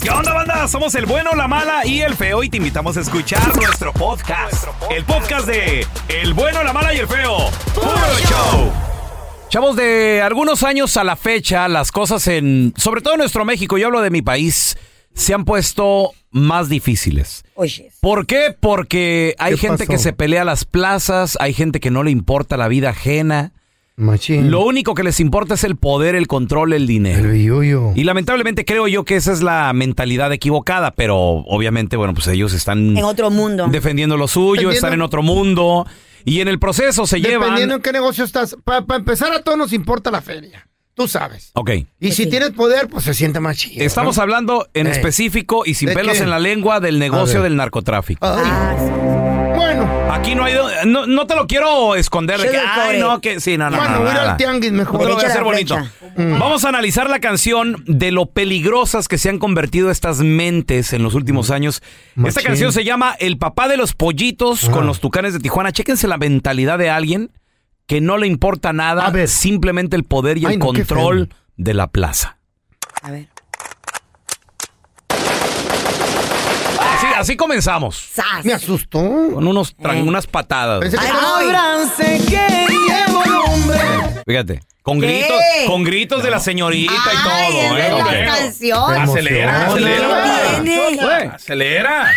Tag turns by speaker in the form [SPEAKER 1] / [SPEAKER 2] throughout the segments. [SPEAKER 1] ¿Qué onda, banda? Somos el bueno, la mala y el feo y te invitamos a escuchar nuestro podcast. El podcast de El bueno, la mala y el feo. ¡Puro show! Chavos, de algunos años a la fecha, las cosas en, sobre todo en nuestro México, yo hablo de mi país, se han puesto más difíciles.
[SPEAKER 2] Oye,
[SPEAKER 1] ¿Por qué? Porque hay
[SPEAKER 3] ¿Qué
[SPEAKER 1] gente
[SPEAKER 3] pasó?
[SPEAKER 1] que se pelea a las plazas, hay gente que no le importa la vida ajena.
[SPEAKER 3] Machín.
[SPEAKER 1] Lo único que les importa es el poder, el control, el dinero.
[SPEAKER 3] El billuyo.
[SPEAKER 1] Y lamentablemente creo yo que esa es la mentalidad equivocada, pero obviamente, bueno, pues ellos están
[SPEAKER 2] en otro mundo.
[SPEAKER 1] defendiendo lo suyo,
[SPEAKER 3] Dependiendo-
[SPEAKER 1] están en otro mundo y en el proceso se
[SPEAKER 3] Dependiendo
[SPEAKER 1] llevan...
[SPEAKER 3] en qué negocio estás. Para empezar, a todos nos importa la feria. Tú sabes.
[SPEAKER 1] Ok,
[SPEAKER 3] Y si
[SPEAKER 2] Sí.
[SPEAKER 3] tienes poder, pues se siente más chido.
[SPEAKER 1] estamos
[SPEAKER 3] ¿no?
[SPEAKER 1] hablando en
[SPEAKER 3] Ey.
[SPEAKER 1] específico y sin
[SPEAKER 3] ¿De
[SPEAKER 1] pelos
[SPEAKER 3] qué?
[SPEAKER 1] en la lengua del negocio
[SPEAKER 3] ver.
[SPEAKER 1] del narcotráfico.
[SPEAKER 3] Ay,
[SPEAKER 2] Ah, sí.
[SPEAKER 3] bueno,
[SPEAKER 1] Aquí no hay... do- No, no te lo quiero esconder. de que,
[SPEAKER 2] Sugarcoat.
[SPEAKER 1] ay, no, que... Sí, no, no,
[SPEAKER 3] bueno,
[SPEAKER 1] no,
[SPEAKER 3] voy a ir
[SPEAKER 1] nada.
[SPEAKER 3] al
[SPEAKER 1] Te
[SPEAKER 3] tianguis
[SPEAKER 1] lo
[SPEAKER 3] mejor.
[SPEAKER 1] voy a
[SPEAKER 2] Aprovecha
[SPEAKER 1] hacer
[SPEAKER 2] la
[SPEAKER 1] bonito.
[SPEAKER 2] brecha.
[SPEAKER 1] Mm. Vamos a analizar la canción de lo peligrosas que se han convertido estas mentes en los últimos años. Esta
[SPEAKER 3] Mm. Machín.
[SPEAKER 1] canción se llama El papá de los pollitos con
[SPEAKER 3] Ah.
[SPEAKER 1] los tucanes de Tijuana. Chéquense la mentalidad de alguien que no le importa nada,
[SPEAKER 3] A ver.
[SPEAKER 1] simplemente el poder y
[SPEAKER 3] Ay,
[SPEAKER 1] el
[SPEAKER 3] no, qué
[SPEAKER 1] control de la plaza.
[SPEAKER 2] A ver.
[SPEAKER 1] Así, así comenzamos,
[SPEAKER 2] ¡Sas!
[SPEAKER 3] Me asustó.
[SPEAKER 1] con unos tra-
[SPEAKER 2] Eh.
[SPEAKER 1] unas patadas.
[SPEAKER 3] Pensé que
[SPEAKER 2] Ay,
[SPEAKER 3] estaba-
[SPEAKER 2] Ábranse, que llevo el hombre.
[SPEAKER 1] Fíjate, con
[SPEAKER 2] ¿Qué?
[SPEAKER 1] gritos, con gritos de la señorita y
[SPEAKER 2] Ay,
[SPEAKER 1] todo.
[SPEAKER 2] es
[SPEAKER 1] ¿eh?
[SPEAKER 2] de
[SPEAKER 1] Hombre.
[SPEAKER 2] la canción.
[SPEAKER 3] Emoción.
[SPEAKER 4] Acelera, acelera.
[SPEAKER 2] Tiene.
[SPEAKER 1] Eh,
[SPEAKER 4] Acelera.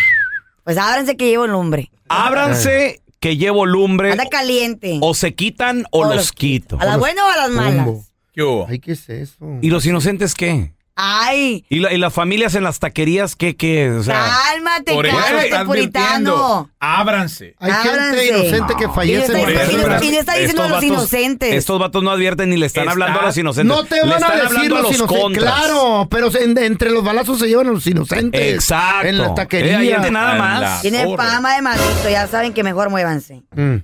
[SPEAKER 2] Pues ábranse que llevo el hombre.
[SPEAKER 1] Ábranse que llevo lumbre.
[SPEAKER 2] Anda caliente.
[SPEAKER 1] O se quitan o,
[SPEAKER 2] O
[SPEAKER 1] los,
[SPEAKER 2] los
[SPEAKER 1] quito.
[SPEAKER 2] ¿A las buenas o a las
[SPEAKER 3] Combo.
[SPEAKER 2] malas?
[SPEAKER 4] ¿Qué hubo?
[SPEAKER 3] Ay, ¿qué es eso?
[SPEAKER 1] ¿Y los inocentes qué?
[SPEAKER 2] Ay,
[SPEAKER 1] ¿Y, la- y las familias en las taquerías qué? qué? O sea,
[SPEAKER 2] cálmate,
[SPEAKER 4] Por eso
[SPEAKER 2] cálmate,
[SPEAKER 4] estás
[SPEAKER 2] puritano.
[SPEAKER 4] mintiendo. Ábranse.
[SPEAKER 3] Hay
[SPEAKER 2] ábranse.
[SPEAKER 3] gente inocente que
[SPEAKER 2] Y
[SPEAKER 3] fallece.
[SPEAKER 2] está,
[SPEAKER 3] por
[SPEAKER 4] Por eso,
[SPEAKER 2] y
[SPEAKER 3] eso.
[SPEAKER 2] no-
[SPEAKER 4] pero-
[SPEAKER 2] y no está diciendo a los
[SPEAKER 1] estos vatos-
[SPEAKER 2] inocentes.
[SPEAKER 1] Estos vatos no advierten ni le están
[SPEAKER 4] Está-
[SPEAKER 1] hablando a los inocentes.
[SPEAKER 3] No te
[SPEAKER 1] Le
[SPEAKER 3] van
[SPEAKER 1] están
[SPEAKER 3] a decir
[SPEAKER 1] hablando a
[SPEAKER 3] los
[SPEAKER 1] los
[SPEAKER 3] inocentes.
[SPEAKER 1] contras.
[SPEAKER 3] Claro, pero se- en- entre los balazos se llevan a los inocentes.
[SPEAKER 1] Exacto.
[SPEAKER 3] En la
[SPEAKER 1] Eh, ahí es de
[SPEAKER 3] taquería.
[SPEAKER 1] nada
[SPEAKER 4] En
[SPEAKER 1] más.
[SPEAKER 4] la-
[SPEAKER 2] Tiene
[SPEAKER 4] Corre.
[SPEAKER 2] fama de maldito, ya saben que mejor muévanse.
[SPEAKER 3] Mm.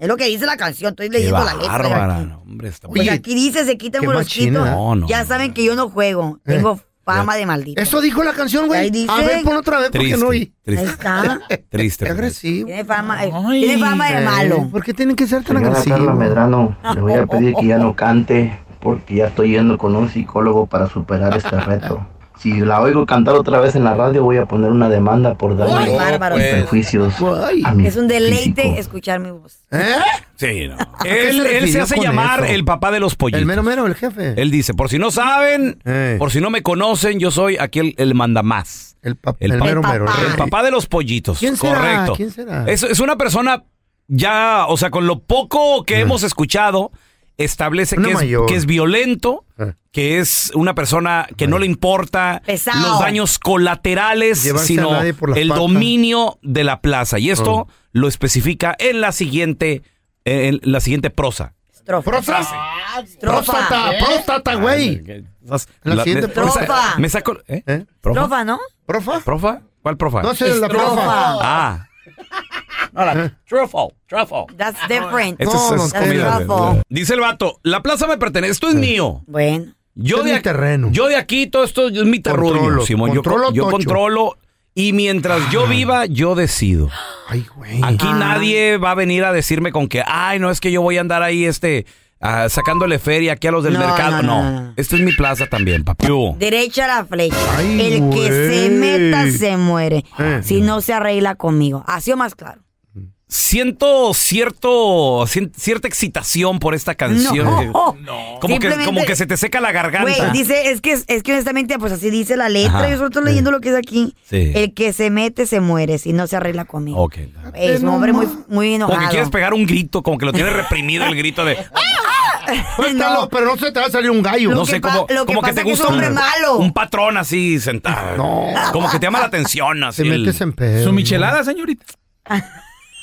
[SPEAKER 2] Es lo que dice la canción, estoy
[SPEAKER 1] Qué
[SPEAKER 2] leyendo la letra.
[SPEAKER 1] bárbara.
[SPEAKER 2] aquí.
[SPEAKER 1] no, Hombre, está
[SPEAKER 2] Pues
[SPEAKER 3] Oye,
[SPEAKER 2] aquí dice, se quitan
[SPEAKER 3] qué
[SPEAKER 2] los
[SPEAKER 3] machina.
[SPEAKER 2] quitos.
[SPEAKER 1] No, no,
[SPEAKER 2] ya
[SPEAKER 1] no. Eh,
[SPEAKER 2] saben que yo no juego, tengo fama de maldito.
[SPEAKER 3] Eso dijo la canción,
[SPEAKER 2] Ahí
[SPEAKER 3] güey.
[SPEAKER 2] dice.
[SPEAKER 3] A ver, pon otra vez porque
[SPEAKER 1] triste.
[SPEAKER 3] no oí.
[SPEAKER 2] Ahí
[SPEAKER 1] Triste.
[SPEAKER 2] está.
[SPEAKER 1] Triste.
[SPEAKER 3] Qué
[SPEAKER 1] triste.
[SPEAKER 3] agresivo.
[SPEAKER 2] Tiene fama, eh,
[SPEAKER 4] Ay.
[SPEAKER 2] tiene fama de
[SPEAKER 3] Eh,
[SPEAKER 2] malo.
[SPEAKER 3] ¿Por qué tienen que ser tan
[SPEAKER 5] Señora Carla
[SPEAKER 3] agresivos?
[SPEAKER 5] Medrano, le voy a pedir que ya no cante porque ya estoy yendo con un psicólogo para superar este reto. Si la oigo cantar otra vez en la radio, voy a poner una demanda por
[SPEAKER 2] Ay,
[SPEAKER 5] daño
[SPEAKER 2] bárbaro.
[SPEAKER 5] y perjuicios.
[SPEAKER 3] Ay.
[SPEAKER 5] a mi
[SPEAKER 2] Es un deleite
[SPEAKER 5] físico.
[SPEAKER 2] escuchar mi voz.
[SPEAKER 3] ¿Eh?
[SPEAKER 1] Sí, no.
[SPEAKER 3] qué
[SPEAKER 1] Él,
[SPEAKER 3] se
[SPEAKER 1] él se
[SPEAKER 3] refirió
[SPEAKER 1] hace
[SPEAKER 3] con
[SPEAKER 1] llamar
[SPEAKER 3] eso?
[SPEAKER 1] el papá de los pollitos.
[SPEAKER 3] El mero mero, el jefe.
[SPEAKER 1] Él dice, por si no saben,
[SPEAKER 3] Eh.
[SPEAKER 1] por si no me conocen, yo soy aquí el, el mandamás.
[SPEAKER 3] El, pa-
[SPEAKER 1] El
[SPEAKER 3] el,
[SPEAKER 1] pa-
[SPEAKER 3] mero mero.
[SPEAKER 2] papá.
[SPEAKER 1] El papá de los pollitos.
[SPEAKER 3] ¿Quién será?
[SPEAKER 1] Correcto.
[SPEAKER 3] ¿Quién será?
[SPEAKER 1] Es, es una persona ya, o sea, con lo poco que hemos escuchado, establece
[SPEAKER 3] Eh. Una
[SPEAKER 1] que es,
[SPEAKER 3] mayor.
[SPEAKER 1] que es violento,
[SPEAKER 3] Eh.
[SPEAKER 1] que es una persona que no le importa
[SPEAKER 2] Pesado.
[SPEAKER 1] los daños colaterales,
[SPEAKER 3] Llevarse
[SPEAKER 1] sino
[SPEAKER 3] a nadie por Oh. las
[SPEAKER 1] el
[SPEAKER 3] patas.
[SPEAKER 1] dominio de la plaza. Y esto lo especifica en la siguiente, en la siguiente prosa.
[SPEAKER 2] Estrofa.
[SPEAKER 3] Próstata,
[SPEAKER 2] Estrofa.
[SPEAKER 3] próstata, próstata, güey. La siguiente
[SPEAKER 1] Ah, me-
[SPEAKER 3] prosa.
[SPEAKER 1] me sa- Me saco. ¿eh?
[SPEAKER 3] ¿Eh?
[SPEAKER 1] ¿Profa?
[SPEAKER 2] Estrofa, ¿no?
[SPEAKER 3] ¿Profa?
[SPEAKER 1] ¿Profa? ¿Cuál profa?
[SPEAKER 3] No sé, la profa. ¿Eh?
[SPEAKER 2] Estrofa.
[SPEAKER 1] Ah. No, la- truffle, truffle.
[SPEAKER 2] That's different.
[SPEAKER 1] Esto
[SPEAKER 3] No,
[SPEAKER 1] es-
[SPEAKER 3] no,
[SPEAKER 1] es
[SPEAKER 3] no,
[SPEAKER 1] comida.
[SPEAKER 2] no.
[SPEAKER 1] Dice el vato, la plaza me pertenece, esto es mío.
[SPEAKER 2] Bueno.
[SPEAKER 1] Yo
[SPEAKER 3] Es
[SPEAKER 1] de
[SPEAKER 3] mi
[SPEAKER 1] ac-
[SPEAKER 3] terreno.
[SPEAKER 1] Yo de aquí, todo esto es mi terruño,
[SPEAKER 3] Controlo,
[SPEAKER 1] Simón. Yo,
[SPEAKER 3] controlo
[SPEAKER 1] yo
[SPEAKER 3] tocho. Ah.
[SPEAKER 1] controlo y mientras yo viva, yo decido.
[SPEAKER 3] Ay, güey.
[SPEAKER 1] Aquí
[SPEAKER 2] Ah.
[SPEAKER 1] nadie va a venir a decirme con que, ay, no es que yo voy a andar ahí este ah, sacándole feria aquí a los del
[SPEAKER 2] No,
[SPEAKER 1] mercado.
[SPEAKER 2] no, no,
[SPEAKER 1] No,
[SPEAKER 2] no.
[SPEAKER 1] esto es mi plaza también, papi.
[SPEAKER 2] Derecha a la flecha.
[SPEAKER 3] Ay,
[SPEAKER 2] el que se
[SPEAKER 3] güey.
[SPEAKER 2] meta se muere.
[SPEAKER 3] Eh.
[SPEAKER 2] Si no se arregla conmigo. Así o más claro.
[SPEAKER 1] Siento cierto, cien- cierta excitación por esta canción.
[SPEAKER 2] No.
[SPEAKER 1] Oh, Como, que,
[SPEAKER 2] Simplemente-
[SPEAKER 1] como que se te seca la garganta.
[SPEAKER 2] Güey, dice, es que, es que honestamente, pues así dice la letra.
[SPEAKER 1] Ajá.
[SPEAKER 2] Yo solo estoy leyendo lo que dice aquí.
[SPEAKER 1] Sí.
[SPEAKER 2] El que se mete se muere. Si no se arregla conmigo.
[SPEAKER 1] Ok.
[SPEAKER 2] Ey, es un hombre muy, muy
[SPEAKER 1] Como que quieres
[SPEAKER 2] enojado.
[SPEAKER 1] pegar un grito, como que lo tienes reprimido el grito de.
[SPEAKER 3] Suéltalo,
[SPEAKER 2] No.
[SPEAKER 3] pero no se te va a salir un gallo.
[SPEAKER 1] No
[SPEAKER 2] Lo que
[SPEAKER 1] sé,
[SPEAKER 2] pa-
[SPEAKER 1] como,
[SPEAKER 2] lo que
[SPEAKER 1] como que
[SPEAKER 2] pasa
[SPEAKER 1] te
[SPEAKER 2] que es
[SPEAKER 1] gusta
[SPEAKER 2] hombre
[SPEAKER 1] un,
[SPEAKER 2] malo.
[SPEAKER 1] un patrón así sentado.
[SPEAKER 3] No.
[SPEAKER 1] Como que te llama la atención así.
[SPEAKER 3] Te
[SPEAKER 1] el-
[SPEAKER 3] metes en pedo.
[SPEAKER 4] ¿Su michelada, señorita?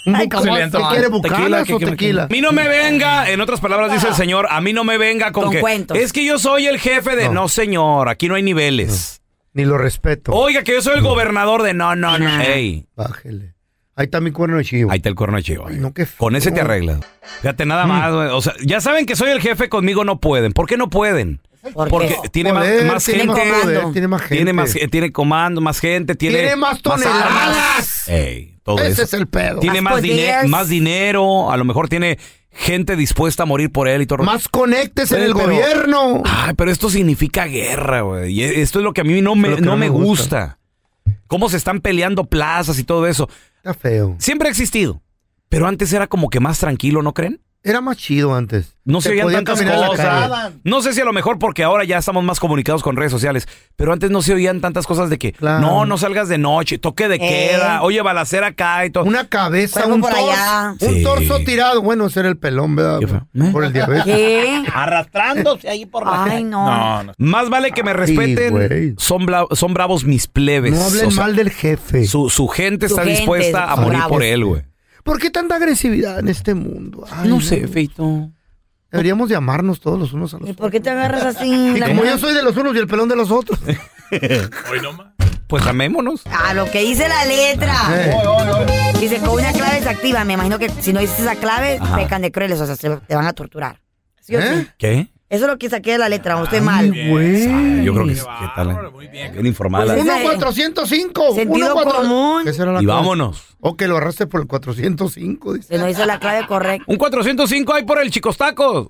[SPEAKER 3] Un
[SPEAKER 2] Ay,
[SPEAKER 3] buca-
[SPEAKER 2] ¿cómo
[SPEAKER 3] ¿Te
[SPEAKER 2] son?
[SPEAKER 1] Tequila,
[SPEAKER 3] quiere bucanas
[SPEAKER 1] que-
[SPEAKER 3] o
[SPEAKER 1] que-
[SPEAKER 3] tequila?
[SPEAKER 1] A mí no me venga, en otras palabras dice el señor, a mí no me venga con,
[SPEAKER 2] Con
[SPEAKER 1] que
[SPEAKER 2] cuentos.
[SPEAKER 1] es que yo soy el jefe de no,
[SPEAKER 3] No.
[SPEAKER 1] señor, aquí no hay niveles.
[SPEAKER 3] Ni lo respeto.
[SPEAKER 1] Oiga, que yo soy el gobernador de no, no, no.
[SPEAKER 2] Nah.
[SPEAKER 1] Ey,
[SPEAKER 3] Bájele. Ahí está mi cuerno de chivo.
[SPEAKER 1] ahí está el cuerno de chivo.
[SPEAKER 3] Ay, no, qué feo. Mm.
[SPEAKER 1] Con ese te arreglas. Fíjate nada más, güey, o sea, ya saben que soy el jefe, conmigo no pueden. ¿Por qué no pueden?
[SPEAKER 2] ¿Por
[SPEAKER 1] Porque
[SPEAKER 2] qué?
[SPEAKER 1] tiene más,
[SPEAKER 3] Poder,
[SPEAKER 1] más
[SPEAKER 3] tiene
[SPEAKER 1] gente, ¿eh?
[SPEAKER 3] Más poder, tiene más gente.
[SPEAKER 1] tiene más, eh, tiene comando, más gente, tiene,
[SPEAKER 3] Tiene más
[SPEAKER 1] armas. Eh,
[SPEAKER 3] toneladas.
[SPEAKER 1] Ey, todo
[SPEAKER 3] Ese
[SPEAKER 1] eso.
[SPEAKER 3] es el pedo.
[SPEAKER 1] Tiene
[SPEAKER 2] Más
[SPEAKER 1] más, dine-
[SPEAKER 2] poderes.
[SPEAKER 1] más dinero, a lo mejor tiene gente dispuesta a morir por él y todo.
[SPEAKER 3] Más conectes en
[SPEAKER 1] Oye,
[SPEAKER 3] el
[SPEAKER 1] pero- Ah.
[SPEAKER 3] gobierno.
[SPEAKER 1] Ay, pero esto significa guerra, güey. Y e- esto es lo que a mí no me,
[SPEAKER 3] lo que
[SPEAKER 1] no
[SPEAKER 3] no
[SPEAKER 1] me
[SPEAKER 3] me
[SPEAKER 1] gusta. Cómo se están peleando plazas y todo eso.
[SPEAKER 3] Está feo.
[SPEAKER 1] Siempre ha existido. Pero antes era como que más tranquilo, ¿no creen?
[SPEAKER 3] Era más chido antes.
[SPEAKER 1] No se
[SPEAKER 3] Te
[SPEAKER 1] oían
[SPEAKER 3] podían
[SPEAKER 1] tantas
[SPEAKER 3] caminar en la
[SPEAKER 1] cosas.
[SPEAKER 3] calle.
[SPEAKER 1] No sé si a lo mejor porque ahora ya estamos más comunicados con redes sociales, pero antes no se oían tantas cosas de que
[SPEAKER 3] Claro.
[SPEAKER 1] no, no salgas de noche, toque de
[SPEAKER 2] Eh.
[SPEAKER 1] queda, oye, balacera acá y todo.
[SPEAKER 3] Una cabeza,
[SPEAKER 2] Cuerpo
[SPEAKER 3] un
[SPEAKER 2] por
[SPEAKER 3] torso,
[SPEAKER 2] allá.
[SPEAKER 3] un
[SPEAKER 1] Sí.
[SPEAKER 3] torso tirado. Bueno, ese era el pelón, ¿verdad?
[SPEAKER 1] ¿Qué fue? ¿Eh?
[SPEAKER 3] Por el diabetes.
[SPEAKER 2] ¿Qué?
[SPEAKER 6] Arrastrándose ahí por la
[SPEAKER 2] Ay, no.
[SPEAKER 4] No, no.
[SPEAKER 1] Más vale que me
[SPEAKER 3] güey.
[SPEAKER 1] respeten, son, bla- son bravos mis plebes.
[SPEAKER 3] No hablen
[SPEAKER 1] O sea,
[SPEAKER 3] mal del jefe.
[SPEAKER 1] Su, su gente
[SPEAKER 2] Su
[SPEAKER 1] está
[SPEAKER 2] gente,
[SPEAKER 1] dispuesta a
[SPEAKER 2] son
[SPEAKER 1] morir por
[SPEAKER 2] bravos.
[SPEAKER 1] él, güey.
[SPEAKER 3] ¿Por qué tanta agresividad en este mundo? Ay,
[SPEAKER 1] Feito.
[SPEAKER 3] Deberíamos de amarnos todos los unos a los
[SPEAKER 2] ¿Y
[SPEAKER 3] otros.
[SPEAKER 2] por qué te agarras así?
[SPEAKER 3] Y
[SPEAKER 2] la
[SPEAKER 3] como
[SPEAKER 2] mano?
[SPEAKER 3] yo soy de los unos y el pelón de los otros.
[SPEAKER 1] Pues amémonos.
[SPEAKER 2] A lo que dice la letra.
[SPEAKER 3] Eh,
[SPEAKER 2] Dice, con una clave desactiva. Me imagino que si no dices esa clave,
[SPEAKER 1] Ajá.
[SPEAKER 2] pecan de crueles, o sea, se- te van a torturar. ¿Sí o sí?
[SPEAKER 3] ¿Eh?
[SPEAKER 1] ¿Qué?
[SPEAKER 2] Eso es lo que saqué de la letra, no
[SPEAKER 1] Ah,
[SPEAKER 2] estoy mal.
[SPEAKER 3] Güey.
[SPEAKER 1] Yo creo que,
[SPEAKER 4] Qué eh?
[SPEAKER 1] ¿qué tal?
[SPEAKER 4] bárbaro, muy bien.
[SPEAKER 1] Bien informada.
[SPEAKER 2] Pues
[SPEAKER 3] Uno
[SPEAKER 2] Ese-
[SPEAKER 3] 405.
[SPEAKER 2] Sentido
[SPEAKER 3] uno cuatro-
[SPEAKER 2] común.
[SPEAKER 3] Esa era la
[SPEAKER 1] y
[SPEAKER 3] clave.
[SPEAKER 1] vámonos.
[SPEAKER 3] O que lo arrastre por el 405,
[SPEAKER 2] Se
[SPEAKER 3] dice.
[SPEAKER 2] no hizo la clave correcta.
[SPEAKER 1] Un 405 hay por el Chicos Tacos.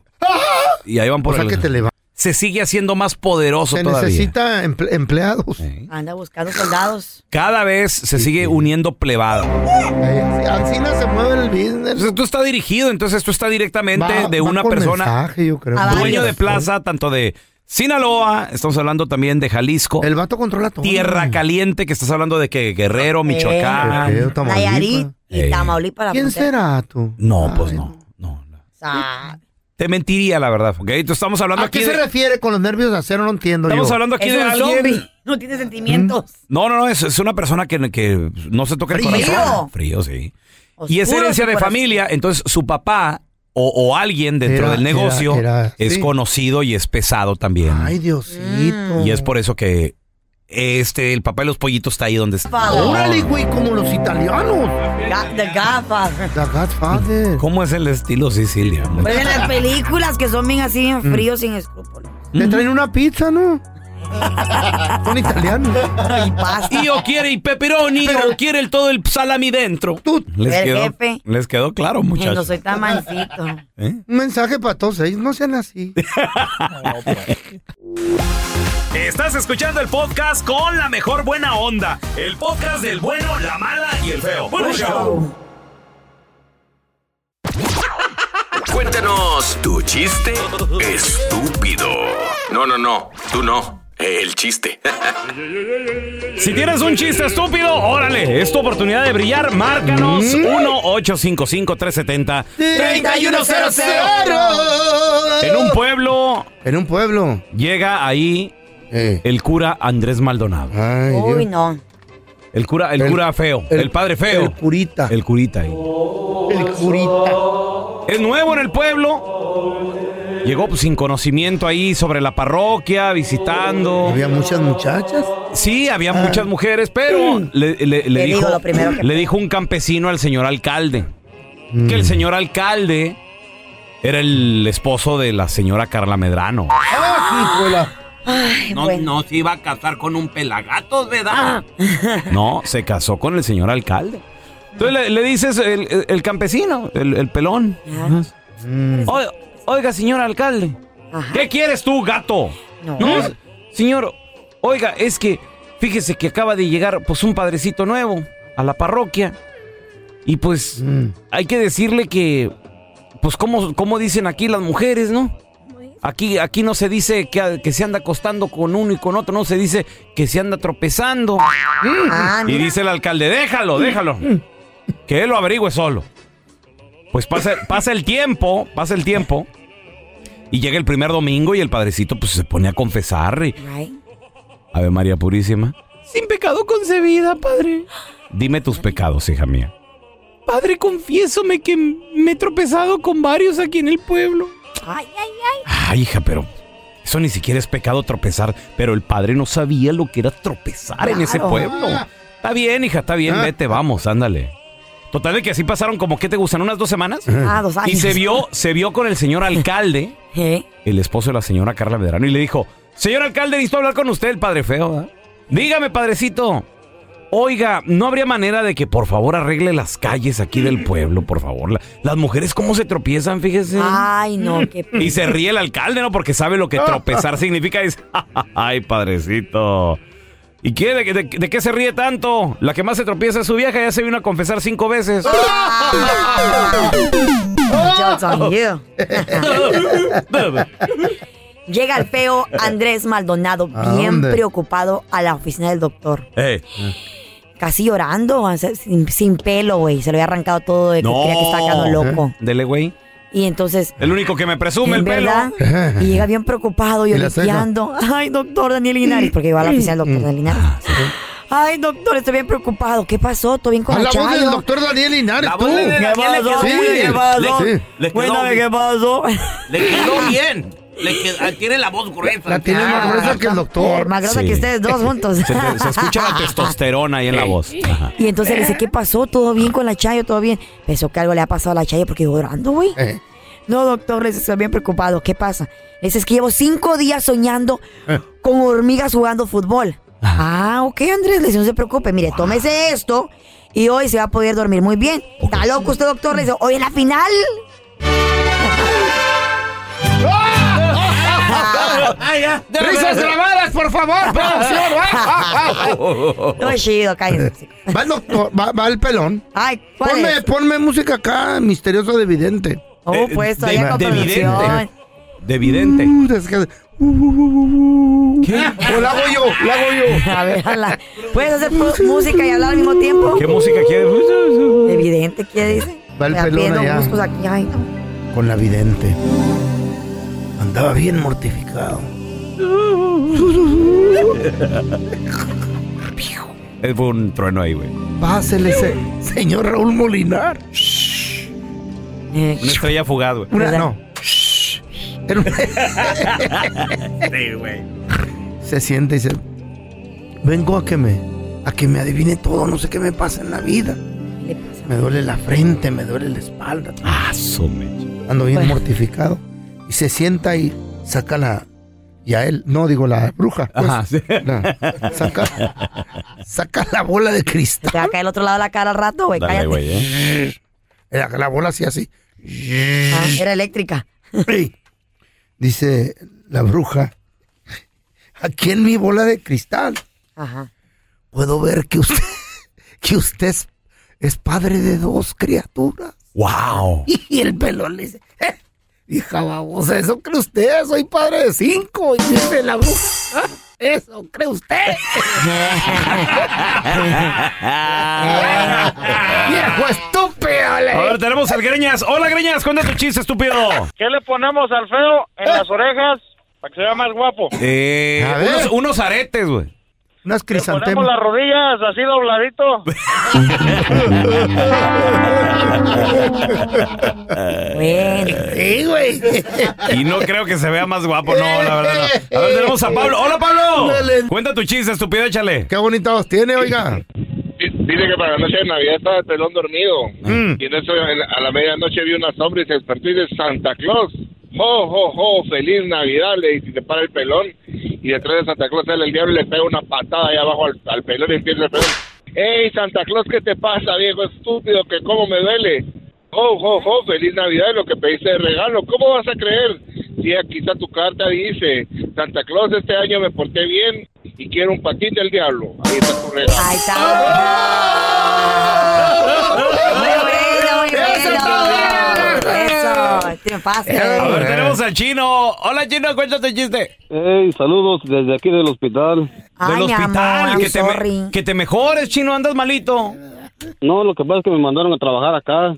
[SPEAKER 1] Y ahí van
[SPEAKER 3] O
[SPEAKER 1] por
[SPEAKER 3] sea
[SPEAKER 1] el...
[SPEAKER 3] que te levanta.
[SPEAKER 1] Se sigue haciendo más poderoso
[SPEAKER 3] Se
[SPEAKER 1] todavía.
[SPEAKER 3] necesita emple- empleados.
[SPEAKER 1] Eh.
[SPEAKER 2] Anda buscando soldados.
[SPEAKER 1] Cada vez se sigue uniendo plebada.
[SPEAKER 3] Ay, así- así no se mueve el business.
[SPEAKER 1] Entonces esto está dirigido, entonces esto está directamente
[SPEAKER 3] Va-
[SPEAKER 1] de
[SPEAKER 3] va
[SPEAKER 1] una
[SPEAKER 3] por
[SPEAKER 1] persona
[SPEAKER 3] mensaje, yo creo.
[SPEAKER 2] A varios.
[SPEAKER 1] dueño de plaza, tanto de Sinaloa, estamos hablando también de Jalisco,
[SPEAKER 3] El vato controla todo.
[SPEAKER 1] Tierra Caliente, que estás hablando de que Guerrero,
[SPEAKER 3] Qué
[SPEAKER 1] Michoacán.
[SPEAKER 3] feo, Tamaulipas.
[SPEAKER 2] Nayarit
[SPEAKER 1] Eh.
[SPEAKER 2] y Tamaulipas. la
[SPEAKER 3] ¿Quién
[SPEAKER 2] frontera.
[SPEAKER 3] será tú?
[SPEAKER 1] No, pues
[SPEAKER 3] Ay,
[SPEAKER 1] no, no, no.
[SPEAKER 2] O sea,
[SPEAKER 1] Te mentiría, la verdad, porque ahorita estamos hablando
[SPEAKER 3] ¿A
[SPEAKER 1] aquí
[SPEAKER 3] qué se
[SPEAKER 1] de-
[SPEAKER 3] refiere con los nervios de acero? No entiendo
[SPEAKER 1] Estamos
[SPEAKER 3] yo.
[SPEAKER 1] hablando aquí
[SPEAKER 2] es
[SPEAKER 1] de
[SPEAKER 2] un
[SPEAKER 1] alguien...
[SPEAKER 2] zombie. No tiene sentimientos.
[SPEAKER 1] No, no, no, es, es una persona que, que no se toca el
[SPEAKER 2] Frío.
[SPEAKER 1] corazón. Frío, sí. Mm. y es
[SPEAKER 2] Oscuro
[SPEAKER 1] herencia
[SPEAKER 2] su
[SPEAKER 1] de
[SPEAKER 2] corazón.
[SPEAKER 1] familia, entonces su papá o, o alguien dentro
[SPEAKER 3] Era-
[SPEAKER 1] del negocio
[SPEAKER 3] era- era-
[SPEAKER 1] es
[SPEAKER 3] sí.
[SPEAKER 1] conocido y es pesado también.
[SPEAKER 3] Ay, Diosito.
[SPEAKER 1] y es por eso que este el papá de los pollitos está ahí donde está.
[SPEAKER 2] Father.
[SPEAKER 3] Órale, güey, como los italianos.
[SPEAKER 2] Ga- The Godfather.
[SPEAKER 3] The Godfather.
[SPEAKER 1] ¿Cómo es el estilo siciliano?
[SPEAKER 2] Pues en las películas que son bien así, bien
[SPEAKER 1] Mm.
[SPEAKER 2] fríos, sin escrúpulos.
[SPEAKER 3] Le traen una pizza, ¿no? Son italianos.
[SPEAKER 2] Y pasta.
[SPEAKER 1] Y o quiere el pepperoni o quiere el todo el salami dentro. Les
[SPEAKER 2] El
[SPEAKER 1] quedó,
[SPEAKER 2] jefe.
[SPEAKER 1] les quedó claro,
[SPEAKER 2] No
[SPEAKER 1] muchachos.
[SPEAKER 2] soy tan mansito.
[SPEAKER 1] ¿Eh?
[SPEAKER 3] Un mensaje para todos ellos. No sean así.
[SPEAKER 1] Estás escuchando el podcast con la mejor buena onda. El podcast del bueno, la mala y el feo. Bueno,
[SPEAKER 7] Cuéntanos tu chiste estúpido. No, no, no, tú no. El chiste.
[SPEAKER 1] Si tienes un chiste estúpido, órale, es tu oportunidad de brillar. Márcanos
[SPEAKER 3] Mm.
[SPEAKER 1] 1-855-370-3100. En un pueblo
[SPEAKER 3] En un pueblo.
[SPEAKER 1] llega ahí
[SPEAKER 3] Eh.
[SPEAKER 1] el cura Andrés Maldonado.
[SPEAKER 3] Ay,
[SPEAKER 2] Uy,
[SPEAKER 3] Dios.
[SPEAKER 2] no.
[SPEAKER 1] El cura, el,
[SPEAKER 3] El-
[SPEAKER 1] cura feo, el, padre feo.
[SPEAKER 3] El curita.
[SPEAKER 1] El curita ahí.
[SPEAKER 3] El curita.
[SPEAKER 1] Es nuevo en el pueblo. Llegó pues, sin conocimiento ahí sobre la parroquia, visitando.
[SPEAKER 3] Había muchas muchachas.
[SPEAKER 1] Sí, había muchas mujeres, pero le, le- le
[SPEAKER 2] Te digo
[SPEAKER 1] dijo,
[SPEAKER 2] lo primero que-
[SPEAKER 1] le dijo un campesino al señor alcalde que el señor alcalde era el esposo de la señora Carla Medrano.
[SPEAKER 3] Ah,
[SPEAKER 2] Ay, bueno. Ah.
[SPEAKER 7] se iba a casar con un pelagatos, ¿verdad?
[SPEAKER 1] No, se casó con el señor alcalde. Entonces le, le dices el, el- el campesino, el, el pelón. "Oiga, oiga, señor alcalde,
[SPEAKER 2] Ajá.
[SPEAKER 1] ¿qué quieres tú, gato?
[SPEAKER 2] No.
[SPEAKER 1] No, señor, oiga, es que fíjese que acaba de llegar pues un padrecito nuevo a la parroquia y pues hay que decirle que pues como como dicen aquí las mujeres, ¿no? Aquí aquí no se dice que, que se anda acostando con uno y con otro, no se dice que se anda tropezando.
[SPEAKER 2] Ah,
[SPEAKER 1] Y
[SPEAKER 2] mira.
[SPEAKER 1] dice el alcalde, déjalo, déjalo. Que él lo averigüe solo. Pues pasa, pasa el tiempo, pasa el tiempo. Y llega el primer domingo y el padrecito pues se pone a confesar. y,
[SPEAKER 2] Ay,
[SPEAKER 1] Ave María Purísima. Sin pecado concebida, padre. Dime tus pecados, hija mía. Padre, confiésome que me he tropezado con varios aquí en el pueblo.
[SPEAKER 2] ay, ay.
[SPEAKER 1] Ay, Ah, hija, pero eso ni siquiera es pecado tropezar. Pero el padre no sabía lo que era tropezar en ese
[SPEAKER 2] Claro.
[SPEAKER 1] pueblo. Está bien, hija, está bien,
[SPEAKER 3] Ah.
[SPEAKER 1] vete, vamos, ándale. Total de que así pasaron como que te gustan unas dos semanas.
[SPEAKER 2] Ah, dos años.
[SPEAKER 1] Y se vio, se vio con el señor alcalde,
[SPEAKER 2] ¿Eh?
[SPEAKER 1] el esposo de la señora Carla Medrano, y le dijo: Señor alcalde, necesito hablar con usted, el padre feo. ¿verdad? Dígame, ¿eh? padrecito, Oiga, ¿no habría manera de que por favor arregle las calles aquí del pueblo, por favor? La- las mujeres, ¿cómo se tropiezan? Fíjese.
[SPEAKER 2] Ay, no, qué
[SPEAKER 1] Y se ríe el alcalde, ¿no? Porque sabe lo que tropezar significa. Es, ay, padrecito. ¿Y qué? ¿De, de, de qué se ríe tanto? La que más se tropieza es su vieja, ya se vino a confesar cinco veces.
[SPEAKER 2] Jokes on you. Llega el feo Andrés Maldonado,
[SPEAKER 3] ¿A
[SPEAKER 2] bien
[SPEAKER 3] dónde?
[SPEAKER 2] preocupado a la oficina del doctor.
[SPEAKER 1] Ey.
[SPEAKER 2] Casi llorando, o sea, sin, sin pelo, güey. Se lo había arrancado todo de que
[SPEAKER 1] No.
[SPEAKER 2] creía que estaba quedando loco.
[SPEAKER 1] Dele, güey.
[SPEAKER 2] Y entonces,
[SPEAKER 1] El único que me presume
[SPEAKER 2] en
[SPEAKER 1] el pelo.
[SPEAKER 2] verdad, y llega bien preocupado,
[SPEAKER 3] la ceja?
[SPEAKER 2] lloriqueando. Ay, doctor Daniel Linares, porque iba a la oficina del doctor Daniel Linares. Ay, doctor, estoy bien preocupado. ¿Qué pasó? ¿Todo bien con
[SPEAKER 3] A
[SPEAKER 2] el
[SPEAKER 3] la voz del
[SPEAKER 2] chayo?
[SPEAKER 3] doctor Daniel Linares,
[SPEAKER 1] La
[SPEAKER 3] tú.
[SPEAKER 1] voz de Daniel
[SPEAKER 6] pasó?
[SPEAKER 3] Sí.
[SPEAKER 6] ¿Qué pasó?
[SPEAKER 3] Sí.
[SPEAKER 6] Le quedó
[SPEAKER 2] Cuéntame
[SPEAKER 6] bien.
[SPEAKER 2] qué pasó.
[SPEAKER 6] Le quedó bien. Le qued- ah, tiene la voz gruesa.
[SPEAKER 3] La tiene más gruesa que el doctor.
[SPEAKER 2] Más grasa
[SPEAKER 1] Sí.
[SPEAKER 2] que ustedes dos juntos.
[SPEAKER 1] Se, te- se escucha la testosterona ahí en la voz. Ajá.
[SPEAKER 2] Y entonces le dice, ¿qué pasó? ¿Todo bien con la Chayo? ¿Todo bien? Pensó que algo le ha pasado a la Chayo porque iba orando, güey.
[SPEAKER 3] Eh.
[SPEAKER 2] No, doctor, le dice, estoy bien preocupado. ¿Qué pasa? Le dice, es que llevo cinco días soñando
[SPEAKER 3] Eh.
[SPEAKER 2] con hormigas jugando fútbol. Ah, ok, Andrés, le dice, no se preocupe. Mire, tómese esto y hoy se va a poder dormir muy bien. ¿Está loco usted, doctor? Le dice, hoy es la final.
[SPEAKER 6] Ah, ya. De
[SPEAKER 3] ¡Risas grabadas, por favor! producción! Ah, ah, ah.
[SPEAKER 2] No es chido, cállese.
[SPEAKER 3] Va el doctor, va, va el pelón.
[SPEAKER 2] Ay, ¿cuál
[SPEAKER 3] Ponme,
[SPEAKER 2] es?
[SPEAKER 3] ponme música acá, misterioso de vidente.
[SPEAKER 2] Oh,
[SPEAKER 1] Eh,
[SPEAKER 2] pues,
[SPEAKER 1] de-
[SPEAKER 2] todavía con
[SPEAKER 1] de vidente.
[SPEAKER 2] producción.
[SPEAKER 1] De vidente.
[SPEAKER 3] Uh, desca- uh, uh, uh, uh. O la hago yo, la hago yo.
[SPEAKER 2] A ver, ala. ¿puedes hacer pu- música y hablar al mismo tiempo?
[SPEAKER 1] ¿Qué música quieres?
[SPEAKER 2] Evidente, ¿qué dice?
[SPEAKER 3] Va el
[SPEAKER 2] Me
[SPEAKER 3] pelón
[SPEAKER 2] aprieto
[SPEAKER 3] allá.
[SPEAKER 2] muslos aquí, ay, no.
[SPEAKER 3] Con la vidente. Andaba bien mortificado.
[SPEAKER 1] Uh, Eh, Fue un trueno ahí, güey. Una
[SPEAKER 3] Pásele, se- señor Raúl Molinar.
[SPEAKER 2] Eh,
[SPEAKER 1] estrella fugaz, güey.
[SPEAKER 3] Una,
[SPEAKER 2] ¿Verdad?
[SPEAKER 3] no. Era una- se siente y dice, vengo a que me, a que me adivine todo, no sé qué me pasa en la vida.
[SPEAKER 2] le pasa?
[SPEAKER 3] Me duele la frente, me duele la espalda.
[SPEAKER 1] Ah, su mecha.
[SPEAKER 3] Ando bien
[SPEAKER 2] Bueno.
[SPEAKER 3] mortificado. Y se sienta y saca la. Y a él, no digo la bruja. pues,
[SPEAKER 6] Ah,
[SPEAKER 1] Ajá, sí.
[SPEAKER 3] la- saca, saca la bola de
[SPEAKER 2] Se
[SPEAKER 3] cristal.
[SPEAKER 2] te va a caer el otro lado de la cara al rato, güey.
[SPEAKER 1] Dale,
[SPEAKER 2] Cállate.
[SPEAKER 1] güey, eh.
[SPEAKER 3] La, la bola así, así.
[SPEAKER 2] Ah, era eléctrica.
[SPEAKER 3] Ey. Dice la bruja. Aquí en mi bola de cristal
[SPEAKER 2] Ajá.
[SPEAKER 3] puedo ver que usted, que usted es, es padre de dos criaturas.
[SPEAKER 1] ¡Wow!
[SPEAKER 3] Y el pelón le dice, "Eh, hija babosa, ¿eso cree usted? Soy padre de cinco. Y dice la bruja, "Ah, ¿eso cree usted? Viejo estúpido, le
[SPEAKER 1] Ahora tenemos al Greñas. Hola, Greñas, cuenta tu chiste, estúpido. Ah.
[SPEAKER 8] ¿Qué le ponemos al feo en las orejas para que sea más guapo?
[SPEAKER 1] Eh,
[SPEAKER 3] A ver.
[SPEAKER 1] unos, unos aretes, güey.
[SPEAKER 3] Unas
[SPEAKER 8] Le ponemos
[SPEAKER 3] crisantemas.
[SPEAKER 8] las rodillas así dobladito.
[SPEAKER 1] Eh.
[SPEAKER 2] Bueno.
[SPEAKER 3] Sí, güey.
[SPEAKER 1] Y no creo que se vea más guapo, no, la verdad. no. A ver, tenemos a Pablo. Hola, Pablo.
[SPEAKER 3] Eh, Ándale.
[SPEAKER 1] Cuenta tu chiste, estúpido, échale.
[SPEAKER 3] Qué bonita voz tiene, oiga.
[SPEAKER 9] Dice que para la noche de Navidad estaba el pelón dormido. Y en eso, en- a la medianoche, vi una sombra y se despertó y dice, Santa Claus. ¡Jo, jo, jo! ¡Feliz Navidad! Le dice, y se para el pelón. Y detrás de Santa Claus sale el diablo y le pega una patada ahí abajo al, al pelón y empieza el pelón. ¡Ey, Santa Claus, qué te pasa, viejo estúpido! ¡Que cómo me duele! ¡Jo, jo, jo! ¡Feliz Navidad! y Lo que pediste de regalo. ¿Cómo vas a creer? Sí, aquí está tu carta, dice. Santa Claus, este año me porté bien y quiero un patín del diablo. Ahí está tu regalo.
[SPEAKER 2] Ahí está. Muy bueno, muy bueno. Eso. este Triunfaste.
[SPEAKER 1] A ver, tenemos al chino. Hola, chino, cuenta tu chiste.
[SPEAKER 9] Hey, saludos desde aquí del hospital.
[SPEAKER 2] Ay,
[SPEAKER 1] Del
[SPEAKER 2] mi
[SPEAKER 1] hospital.
[SPEAKER 2] amor, I'm
[SPEAKER 1] que, te me-
[SPEAKER 2] sorry.
[SPEAKER 1] que te mejores, chino, andas malito.
[SPEAKER 9] No, lo que pasa es que me mandaron a trabajar acá.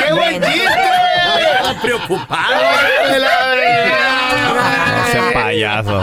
[SPEAKER 3] ¡Qué buen chiste!
[SPEAKER 1] Preocupado. No sea payaso.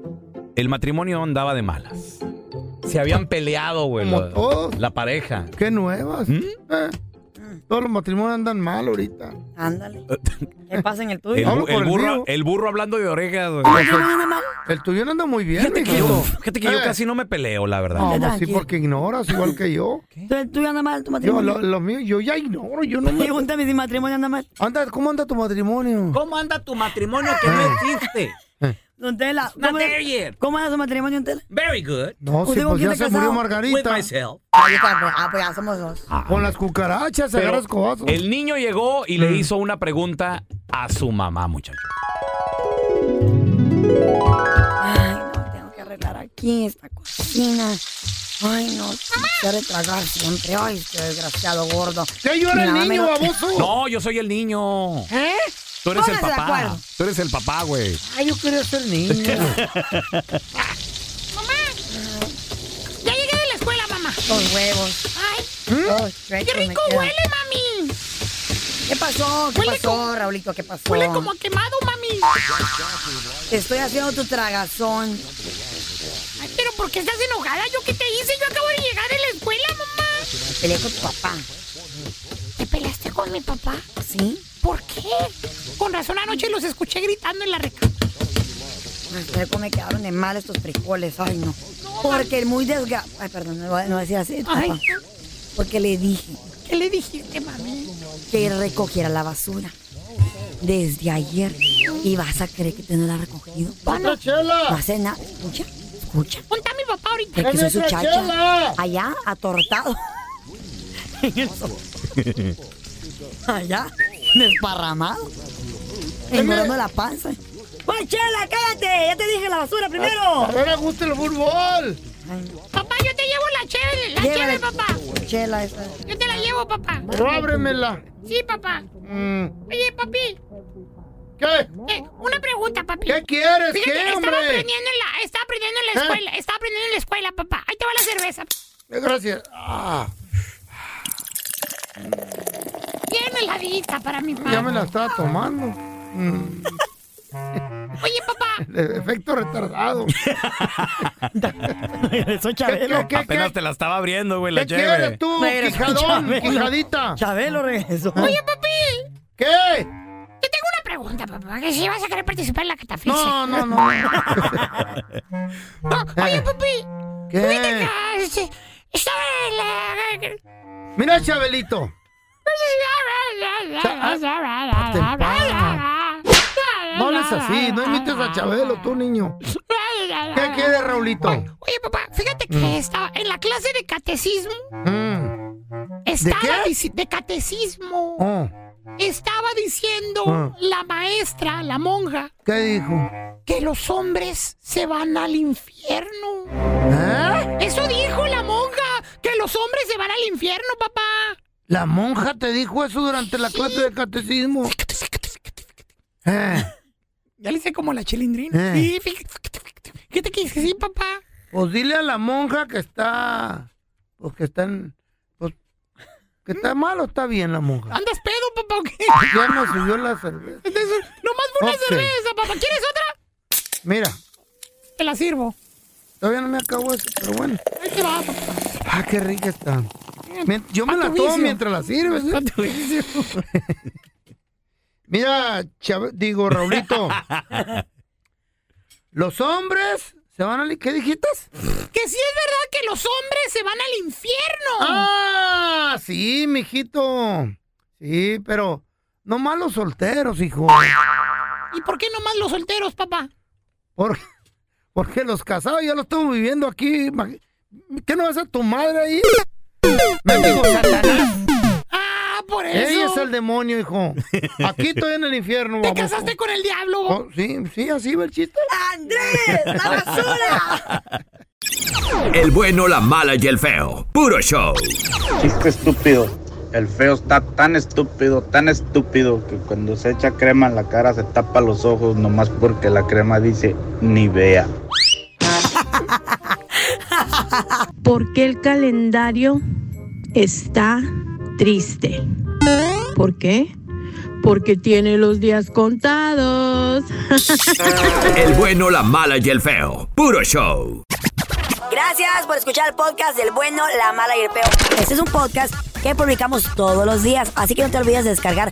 [SPEAKER 1] El matrimonio andaba de malas. Se habían peleado, güey.
[SPEAKER 3] Como
[SPEAKER 1] la-
[SPEAKER 3] todos.
[SPEAKER 1] La pareja.
[SPEAKER 3] Qué nuevas.
[SPEAKER 1] ¿Mm?
[SPEAKER 3] Eh, todos los matrimonios andan mal ahorita.
[SPEAKER 2] Ándale. ¿Qué pasa en el
[SPEAKER 1] El,
[SPEAKER 2] tuyo?
[SPEAKER 1] bu- el burro, el burro hablando de orejas, güey.
[SPEAKER 3] El tuyo no anda muy bien.
[SPEAKER 1] Fíjate que yo,
[SPEAKER 3] mijito.
[SPEAKER 1] fíjate que yo
[SPEAKER 3] Eh.
[SPEAKER 1] casi no me peleo, la verdad.
[SPEAKER 3] No, pues sí,
[SPEAKER 2] Tranquilo.
[SPEAKER 3] porque ignoras igual que yo.
[SPEAKER 2] ¿Tú, tú anda mal tu
[SPEAKER 3] Yo,
[SPEAKER 2] matrimonio?
[SPEAKER 3] lo, lo mío, yo ya ignoro, yo no me...
[SPEAKER 2] Pregúntame si mi matrimonio anda mal.
[SPEAKER 3] Anda, ¿Cómo anda tu matrimonio?
[SPEAKER 6] ¿Cómo anda tu matrimonio que
[SPEAKER 1] Eh.
[SPEAKER 6] no existe?
[SPEAKER 2] Don Tela,
[SPEAKER 6] Not
[SPEAKER 2] ¿cómo,
[SPEAKER 6] there yet.
[SPEAKER 2] ¿cómo anda su matrimonio, Don Tela?
[SPEAKER 6] Very good.
[SPEAKER 3] No, sí,
[SPEAKER 2] ¿Usted con
[SPEAKER 3] pues
[SPEAKER 2] quién
[SPEAKER 3] ya
[SPEAKER 2] está
[SPEAKER 3] se
[SPEAKER 2] casado?
[SPEAKER 3] murió
[SPEAKER 6] With
[SPEAKER 3] Margarita.
[SPEAKER 6] myself.
[SPEAKER 2] Ahí está, pues, ah, pues ya somos dos.
[SPEAKER 3] Con las cucarachas,
[SPEAKER 1] Pero
[SPEAKER 3] agarras cobazos.
[SPEAKER 1] El niño llegó y
[SPEAKER 6] Mm.
[SPEAKER 1] le hizo una pregunta a su mamá, muchacho.
[SPEAKER 2] Ay, no, tengo que arreglar aquí esta cocina. Ay, no, quiere tragar siempre. Ay, qué desgraciado gordo.
[SPEAKER 3] ¡Ya llora el
[SPEAKER 2] Nada
[SPEAKER 3] niño,
[SPEAKER 2] menos-
[SPEAKER 3] baboso!
[SPEAKER 1] No, yo soy el niño.
[SPEAKER 2] ¿Eh?
[SPEAKER 1] Tú eres el
[SPEAKER 2] Pónganse de
[SPEAKER 1] papá.
[SPEAKER 2] acuerdo.
[SPEAKER 1] Tú eres el papá, güey.
[SPEAKER 3] Ay, yo quería ser niño.
[SPEAKER 10] Ya llegué de la escuela, mamá.
[SPEAKER 2] Los huevos.
[SPEAKER 10] Ay,
[SPEAKER 3] ¿Mm?
[SPEAKER 2] Los
[SPEAKER 10] qué
[SPEAKER 2] chuecos me
[SPEAKER 10] rico
[SPEAKER 2] quedan.
[SPEAKER 10] huele, mami.
[SPEAKER 2] ¿Qué pasó? ¿Qué
[SPEAKER 10] Huele
[SPEAKER 2] pasó,
[SPEAKER 10] como-
[SPEAKER 2] Raulito? ¿Qué pasó?
[SPEAKER 10] Huele como a quemado, mami.
[SPEAKER 2] Te Estoy haciendo tu tragazón.
[SPEAKER 10] Ay, pero ¿por qué estás enojada? ¿Yo qué te hice? Yo acabo de llegar de la escuela, mamá.
[SPEAKER 2] Peleé con tu papá.
[SPEAKER 10] ¿Te peleaste con mi papá?
[SPEAKER 2] ¿Sí?
[SPEAKER 10] ¿Por qué? Con razón anoche los escuché gritando en la recámara.
[SPEAKER 2] Ay, pero cómo me quedaron de mal estos frijoles. Ay, no. Porque el muy desga... Ay, perdón, no voy a- no voy a decir así.
[SPEAKER 10] Ay,
[SPEAKER 2] papá. Porque le dije
[SPEAKER 10] ¿qué le dijiste, mami?
[SPEAKER 2] que recogiera la basura. Desde ayer. Y vas a creer que te no la ha recogido.
[SPEAKER 3] ¡Otra chela!
[SPEAKER 2] No hace nada. Escucha, escucha.
[SPEAKER 10] Ponte a mi papá ahorita.
[SPEAKER 2] El que soy su
[SPEAKER 3] ¡Otra
[SPEAKER 2] chacha.
[SPEAKER 3] chela!
[SPEAKER 2] Allá, atortado. En el sofá. Allá, desparramado. Engordando la panza. ¡Guachela, cállate! ¡Ya te dije la basura primero!
[SPEAKER 3] ¡No le gusta el fútbol!
[SPEAKER 2] Ay,
[SPEAKER 10] Papá, yo te llevo la cheve, la
[SPEAKER 2] Llévale.
[SPEAKER 10] cheve, papá.
[SPEAKER 2] Chela esa.
[SPEAKER 10] Yo te la llevo, papá.
[SPEAKER 3] Pero ábremela.
[SPEAKER 10] Sí, papá.
[SPEAKER 3] Mm,
[SPEAKER 10] Oye, papi,
[SPEAKER 3] ¿Qué?
[SPEAKER 10] eh, una pregunta, papi.
[SPEAKER 3] ¿Qué quieres?
[SPEAKER 10] Fíjate,
[SPEAKER 3] ¿Qué,
[SPEAKER 10] estaba
[SPEAKER 3] hombre?
[SPEAKER 10] aprendiendo en la, estaba aprendiendo en
[SPEAKER 9] Ah.
[SPEAKER 10] la escuela, estaba aprendiendo en la escuela, papá. Ahí te va la cerveza.
[SPEAKER 3] Gracias. Ah,
[SPEAKER 10] Bien heladita para mi papá.
[SPEAKER 3] ya me la estaba tomando.
[SPEAKER 10] Ah.
[SPEAKER 3] Mm,
[SPEAKER 10] Oye, papá,
[SPEAKER 3] de- efecto retardado.
[SPEAKER 2] Soy
[SPEAKER 3] Chabelo. ¿Qué,
[SPEAKER 1] Apenas
[SPEAKER 3] qué-
[SPEAKER 1] te la estaba abriendo, güey, la
[SPEAKER 3] ¿Qué
[SPEAKER 1] chévere.
[SPEAKER 3] quieres tú, quijadón, quijadita?
[SPEAKER 2] Chabelo regresó.
[SPEAKER 10] oye, papi,
[SPEAKER 3] ¿Qué?
[SPEAKER 10] te tengo una pregunta, papá, que si vas a querer participar en la catafixia.
[SPEAKER 3] No, no, no.
[SPEAKER 10] Oye, papi,
[SPEAKER 3] ¿Qué?
[SPEAKER 10] ah, este, estaba en la...
[SPEAKER 3] Mira, Chabelito. Ah, No hables así, no imites a Chabelo, tú, niño. ¿Qué quieres, Raulito?
[SPEAKER 10] Oye, papá, fíjate que estaba en la clase de catecismo.
[SPEAKER 3] Mm,
[SPEAKER 10] Estaba
[SPEAKER 3] qué?
[SPEAKER 10] dici- de catecismo.
[SPEAKER 3] oh,
[SPEAKER 10] Estaba diciendo
[SPEAKER 3] Ah.
[SPEAKER 10] la maestra, la monja,
[SPEAKER 3] ¿Qué dijo?
[SPEAKER 10] que los hombres se van al infierno.
[SPEAKER 3] ¿Eh?
[SPEAKER 10] Eso dijo la monja, que los hombres se van al infierno, papá.
[SPEAKER 3] ¿La monja te dijo eso durante la clase de catecismo? Eh,
[SPEAKER 10] Ya le hice como la chilindrina.
[SPEAKER 3] Eh.
[SPEAKER 10] Sí, fíjate, fíjate, fíjate que sí, papá.
[SPEAKER 3] pues dile a la monja que está... Pues que está en... Pues, que está mal o está bien la monja.
[SPEAKER 10] ¿Andas pedo, papá, o qué?
[SPEAKER 3] Ya me subió la cerveza.
[SPEAKER 10] Entonces, nomás fue una
[SPEAKER 3] Ok.
[SPEAKER 10] cerveza, papá. ¿Quieres otra?
[SPEAKER 3] Mira,
[SPEAKER 10] Te la sirvo.
[SPEAKER 3] todavía no me acabo eso, pero bueno.
[SPEAKER 10] Ahí te va, papá.
[SPEAKER 3] Ah, qué rica está. Mien- Yo me
[SPEAKER 10] A
[SPEAKER 3] la
[SPEAKER 10] tu
[SPEAKER 3] tomo
[SPEAKER 10] vicio.
[SPEAKER 3] mientras la sirves. ¿eh? Mira, Chab- digo, Raulito. los hombres se van a... ¿Qué dijiste?
[SPEAKER 10] Que sí es verdad que los hombres se van al infierno.
[SPEAKER 3] Ah, sí, mijito. Sí, pero no más los solteros, hijo.
[SPEAKER 10] ¿Y por qué nomás los solteros, papá?
[SPEAKER 3] Por- porque los casados ya lo estamos viviendo aquí. imag- ¿Qué no vas a tu madre ahí? Mendigo Satanás.
[SPEAKER 10] Ah, por eso.
[SPEAKER 3] Ella es el demonio, hijo. Aquí estoy en el infierno,
[SPEAKER 10] Te
[SPEAKER 3] baboso.
[SPEAKER 10] casaste con el diablo.
[SPEAKER 3] Oh, sí, sí, así va el chiste.
[SPEAKER 2] ¡Andrés, la basura!
[SPEAKER 7] El bueno, la mala y el feo. Puro show.
[SPEAKER 11] Chiste estúpido. El feo está tan estúpido, tan estúpido, que cuando se echa crema en la cara se tapa los ojos nomás porque la crema dice ni vea.
[SPEAKER 12] ¿Por qué el calendario está triste? ¿Por qué? porque tiene los días contados.
[SPEAKER 7] El bueno, la mala y el feo. Puro show.
[SPEAKER 2] Gracias por escuchar el podcast del bueno, la mala y el peor. Este es un podcast que publicamos todos los días, así que no te olvides de descargar